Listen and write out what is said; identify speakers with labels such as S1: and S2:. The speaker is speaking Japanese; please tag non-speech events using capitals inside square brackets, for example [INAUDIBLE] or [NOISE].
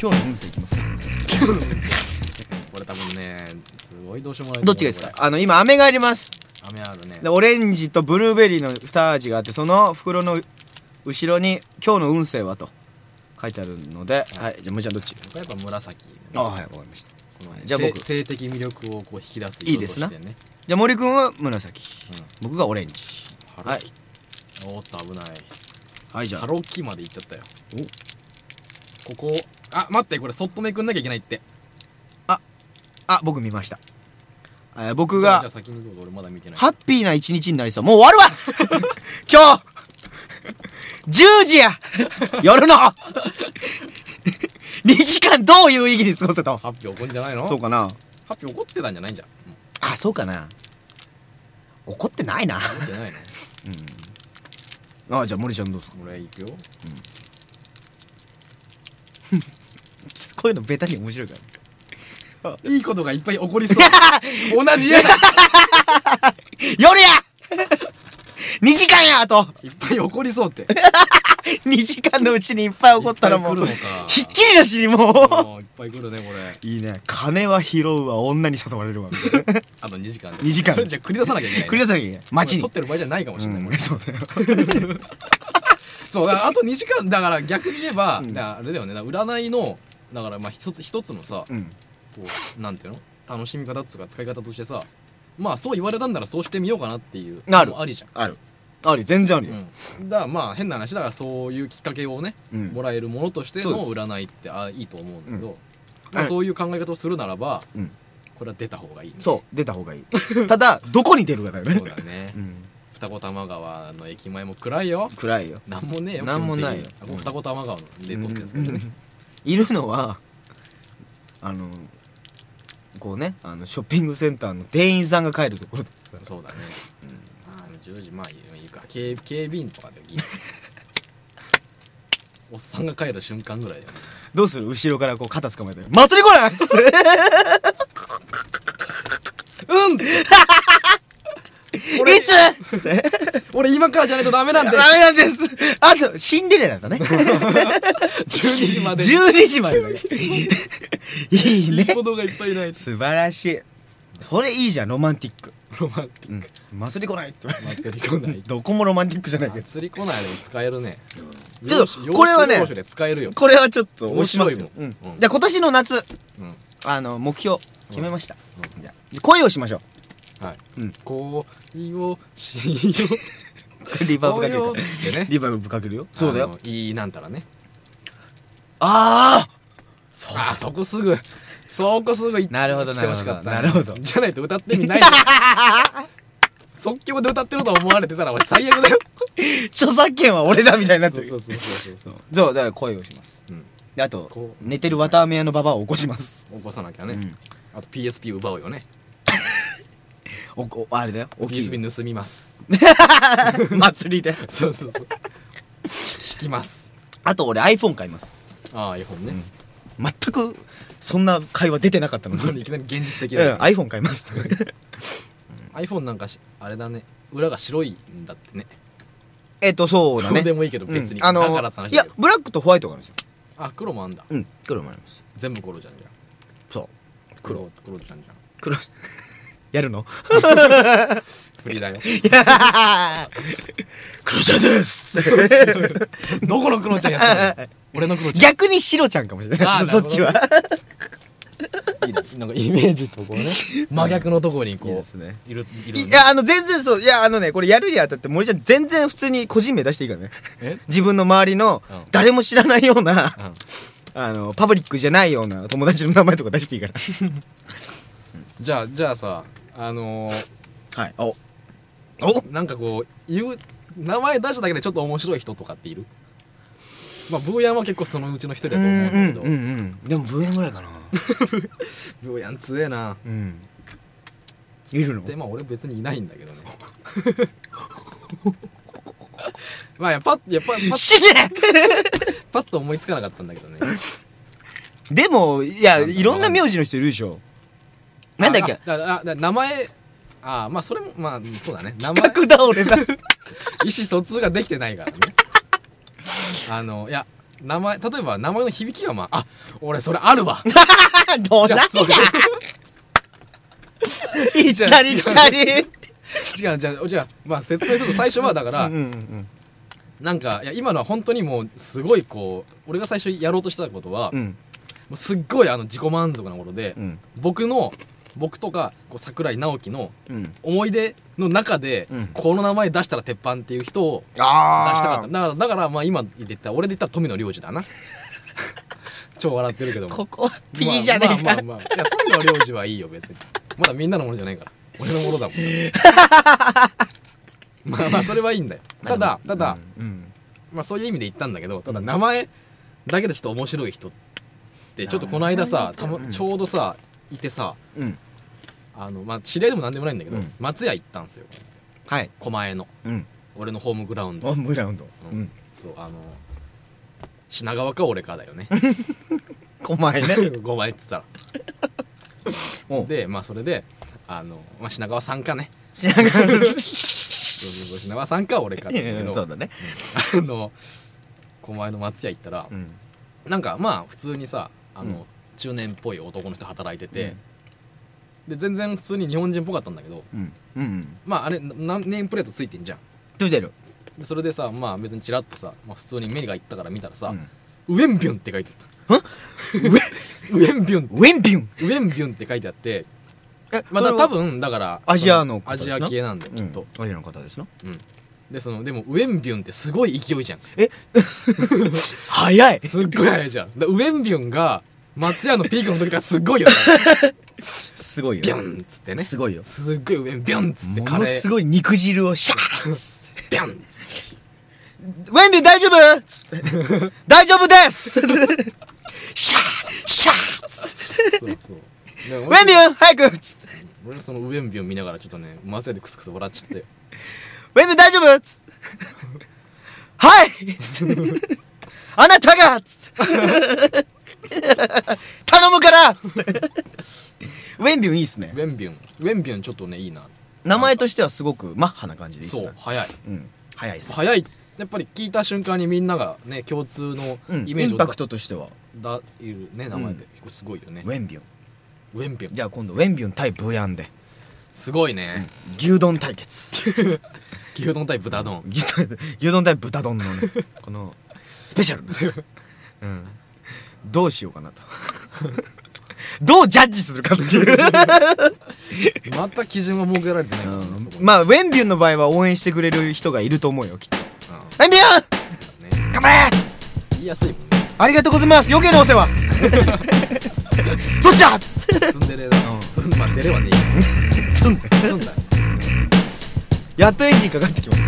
S1: 今日の運勢いきます
S2: これ多分ねすごいどうしようもない
S3: どっちがいいですかあの今飴があります
S2: これ雨あるね
S3: でオレンジとブルーベリーの二味があってその袋の後ろに「今日の運勢は?」と書いてあるので、はい、じゃあむーちゃんどっち
S2: 僕はやっぱ紫
S3: あはいわかりました
S2: この
S3: じゃあ僕
S2: 性性的魅力をこう引き出す
S3: いいですな
S2: 色としてね
S3: じゃあ森くんは紫、僕がオレンジ
S2: ハロ
S3: はい
S2: キおーっと危ない
S3: はいじゃ
S2: ハ
S3: あ
S2: ロキまで行っちゃったよここあ待ってこれそっとめくんなきゃいけないって
S3: あ僕見ましたえー僕
S2: じゃあ
S3: が
S2: 先にどうぞ俺まだ見てない
S3: ハッピーな一日になりそうもう終わるわ今日10時や夜の2時間どういう意義に過ごせた
S2: ハッピー怒んじゃないの
S3: そうかな
S2: ハッピー怒ってたんじゃないんじゃんうん
S3: あそうかな怒ってないな
S2: 怒ってない
S3: [LAUGHS]
S2: の
S3: あじゃあ森ちゃんどうですか
S2: 俺行くよ
S3: こういうのベタに面白いから
S2: いいことがいっぱい起こりそう
S3: [LAUGHS]
S2: 同じやいっ
S3: 夜や [LAUGHS] !2 時間やあと
S2: [LAUGHS] ぱい起こりそうって
S3: 2時間のうちにいっぱい起こったらも
S2: いっ
S3: う
S2: ぱい来るのか
S3: ひっきりなしにも
S2: もういっぱい来るねこれ
S3: う [LAUGHS] いいね金は拾うわ女に誘われるわ [LAUGHS] みたいな
S2: あと2時間
S3: 二時間
S2: それ [LAUGHS] じゃあ繰り出さなきゃいけないね
S3: 繰り出さなきゃいけない街に
S2: 取ってる場合じゃないかもしれない、
S3: うん
S2: 俺
S3: そうだよ
S2: [LAUGHS] そうだからあと2時間だから逆に言えば、だからあれだよねだから占いのだからまあ一つ一つのさ、
S3: うん
S2: こうなんていうの楽しみ方っつうか使い方としてさまあそう言われたんならそうしてみようかなっていう
S3: なる
S2: のもありじゃん
S3: あるある全然あるよ
S2: うん、だからまあ変な話だからそういうきっかけをね、
S3: うん
S2: もらえるものとして
S3: そうで
S2: の
S3: す
S2: 占いってあいいと思うんだけど、
S3: う
S2: ま
S3: は
S2: あ、
S3: い
S2: そういう考え方をするならば、
S3: うん
S2: これは出た方がいいね、
S3: そう出た方がいい [LAUGHS] ただどこに出るかだよね
S2: そうだね
S3: うん
S2: 二子玉川の駅前も暗いよ
S3: 暗いよ
S2: なんもねえよ
S3: なんもないよ
S2: 基本的にはあここ二子玉川ので撮ってるんですけどね、
S3: いるのはあのこうねあのショッピングセンターの店員さんが帰るところ
S2: そうだね、うん、あの10時まあいいか警警備員とかで [LAUGHS] いいおっさんが帰る瞬間ぐらいだよね
S3: どうする後ろからこう肩掴まれて「祭り来 [LAUGHS] ない!」
S2: うん俺
S3: いつ!」っつって
S2: 俺今からじゃないとダメなん
S3: ダ
S2: で
S3: メなんですあとシンデレラだね
S2: 12時まで
S3: 12時までだ [LAUGHS] ねいい
S2: いい
S3: ね
S2: ことがいっぱいない
S3: 素晴らしいそれいいじゃんロマンティック
S2: ロマンテ
S3: うん祭り来ないって言われて
S2: 祭り来ない
S3: どこもロマンティックじゃないけど
S2: 祭り来ないでも使えるね
S3: ちょっとこれはね
S2: 要所要所で使えるよ
S3: これはちょっと押します
S2: 面
S3: よ、
S2: 白いもん
S3: うん
S2: うん
S3: じゃあ今年の夏
S2: うん
S3: あの目標決めました、じゃあ恋をしましょ
S2: はい、
S3: うん
S2: こういをしよ
S3: う [LAUGHS] リ
S2: う
S3: バーブかける
S2: よ
S3: から
S2: ってね
S3: リバーブかけるよそうだよ
S2: あのいいなんたらね
S3: ああ
S2: そうあそこすぐそこすぐ行って
S3: なるほど
S2: 来てほしかった
S3: なるほど
S2: じゃないと歌ってみ [LAUGHS] ない即興で歌ってると思われてたら俺最悪だよ
S3: [LAUGHS] 著作権は俺だみたいになってる
S2: そうそうそう
S3: そうだから恋をします
S2: うん
S3: であと
S2: こう
S3: 寝てる綿あめ屋のババアを起こします
S2: 起こさなきゃね、
S3: うん
S2: あと PSP 奪うよね
S3: おこあれだよ大きい
S2: PSP 盗みます
S3: [LAUGHS] 祭りで
S2: そうそうそう引きます
S3: あと俺 iPhone 買います
S2: ああ iPhone ね、
S3: 全くそんな会話出てなかったのに
S2: いきなり現実的
S3: うん
S2: だ、ね
S3: iPhone 買います
S2: [LAUGHS] iPhone なんかしあれだね裏が白いんだってね
S3: えっとそうだ
S2: どう
S3: ね
S2: でもいいけど別に
S3: うんあ
S2: だからっ
S3: の
S2: て話
S3: い
S2: だ
S3: や
S2: けど
S3: ブラックとホワイトがあるんですよ
S2: あ黒もあんだ
S3: うん黒もあります
S2: 全部黒じゃんじゃん
S3: そう
S2: 黒黒じゃんじゃん [LAUGHS]
S3: 黒やるの
S2: フリーだよ
S3: いやー [LAUGHS] 黒ちゃんです
S2: どこのクロちゃんやってんの [LAUGHS] 俺のクロちゃん
S3: 逆に白ちゃんかもしれ
S2: あ
S3: ない
S2: ー
S3: そっちは
S2: な逆いいなんかイメージとこうね [LAUGHS] 真逆のとこにこう
S3: いいですね
S2: いるいる
S3: いやあの全然そういやあのねこれやるにあたって森ちゃん全然普通に個人名出していいからね
S2: え
S3: 自分の周りの
S2: うん
S3: 誰も知らないような、
S2: うん
S3: あのパブリックじゃないような友達の名前とか出していいから
S2: じゃあじゃあさあのー
S3: はいおお
S2: なんかこう言う名前出しただけでちょっと面白い人とかっているまあブーヤンは結構そのうちの一人だと思うんだけど
S3: うんうんうんでも分野ぐらいかな
S2: ブーヤン強えな
S3: うんいるの
S2: でまあ俺別にいないんだけどね [LAUGHS] まあやっぱやっぱパッ
S3: 死ね
S2: パッと思いつかなかったんだけどね
S3: でもいやいろんな名字の人いるでしょなんだっけ
S2: あああだ名前ああまあそれもまあうんそうだね名前
S3: 企画倒れだ
S2: [LAUGHS] 意思疎通ができてないからねあのいや名前例えば名前の響きがまああ俺それあるわ
S3: [LAUGHS] ど
S2: じゃあそれ
S3: い
S2: じゃあ
S3: たりきたり
S2: 違うじゃあじゃあまあ説明すると最初はだから、
S3: うんうんうん
S2: なんかいや今のは本当にもうすごいこう俺が最初やろうとしたことは、
S3: う
S2: も
S3: ん
S2: うすっごいあの自己満足なもので、
S3: うん
S2: 僕の僕とかこう桜井直樹の
S3: うん
S2: 思い出の中で、
S3: うん
S2: この名前出したら鉄板っていう人を出
S3: あ
S2: したかっただからだからまあ今で言ったら俺で言ったら富野良次だな [LAUGHS] 超笑ってるけども
S3: ここは P じゃねえ
S2: まあ
S3: か
S2: [LAUGHS] まあまあまあいや富野良次はいいよ別にまだみんなのものじゃない [LAUGHS] から俺のものだもんまあまあそれはいいんだよただただ、
S3: うん
S2: まあそういう意味で言ったんだけどただ名前だけでちょっと面白い人ってちょっとこの間さた、ま、ちょうどさいてさ
S3: うん
S2: あの、まあ、知り合いでも何でもないんだけど、
S3: うん
S2: 松屋行ったんですよ
S3: はい
S2: 狛江の
S3: うん
S2: 俺のホームグラウンド
S3: オンブラウンド
S2: う
S3: うんん
S2: そうあの品川か俺かだよ [LAUGHS] ね
S3: 狛江ね
S2: 5枚っつったら
S3: [LAUGHS] おう
S2: でまあそれであの、まあ、品川さんかね
S3: 知らんかった
S2: そうそうそう品川さんか俺かだけ
S3: うん
S2: ど
S3: そうだね
S2: [LAUGHS] あの狛江の松屋行ったら、
S3: うん
S2: なんかまあ普通にさあの、
S3: うん
S2: 中年っぽい男の人働いてて、で全然普通に日本人っぽかったんだけど
S3: うんうんうん
S2: まああれなネームプレートついてんじゃん
S3: ついてる
S2: でそれでさまあ別にチラッとさ、まあ、普通に目がいったから見たらさ、
S3: うん
S2: ウエンビュンって書いてあったウエンビュン
S3: ウェンビュン
S2: ウエンビュンって書いてあって
S3: え
S2: まあだ多分だから
S3: アジアの
S2: そ
S3: 方
S2: ア
S3: です
S2: ジ
S3: な
S2: ア系なんだよきっと、
S3: アジアの方ですな
S2: うんでそのでもウエンビュンってすごい勢いじゃん
S3: 早い
S2: すっごい速いじゃんだウエンビュンが松屋のピークの時からすっごいよ
S3: すごいよ
S2: ビュンっつってね
S3: すごいよ
S2: すっごいウエンビュンっつって
S3: も
S2: カレ
S3: の
S2: ー
S3: すごい肉汁をシャ [LAUGHS] ーッ
S2: ビュンっつって
S3: ウェンビュン大丈夫つって [LAUGHS] 大丈夫です [LAUGHS] シャーシャーつって
S2: そうそうで
S3: ウェンビュン早くつって
S2: 俺そのウエンビュン見ながらちょっとね松屋でクスクス笑っちゃって
S3: ウェンビュン大丈夫つってはい [LAUGHS] あなたがつって頼むからつってウェンビュンいいっすね
S2: ウェンビュンウェンビュンちょっとねいいな
S3: 名前としてはすごくマッハな感じでいいっす
S2: そ
S3: ね
S2: う早い
S3: うん早いっす
S2: 早いやっぱり聞いた瞬間にみんながね共通の
S3: うん
S2: イメー
S3: イ
S2: ジ
S3: ン
S2: を
S3: パクトとしては
S2: だいるね名前で結構すごいよね
S3: ウェンビュン
S2: ウェンビュン
S3: じゃあ今度ウェンビュン対ブーヤンです
S2: ごいね
S3: 牛丼対決
S2: 牛丼対豚丼
S3: 牛丼牛丼対豚丼の [LAUGHS] ねこのスペシャル、うん、どうしようか [LAUGHS] なとどうジャッジするかっていう、
S2: また基準は設けられてないからなそこ
S3: う
S2: に
S3: ん、まあウェンビュンの場合は応援してくれる人がいると思うよきっと
S2: うん
S3: ウェンビュ
S2: ね
S3: ン頑張れ
S2: 言いやすいもんね
S3: ありがとうございます余計なお世話 [LAUGHS] どっちだつって
S2: ツンデレだ
S3: うん
S2: ツンまあデレはねえよ
S3: つん
S2: ツンだ
S3: やっとエンジンかかってきまし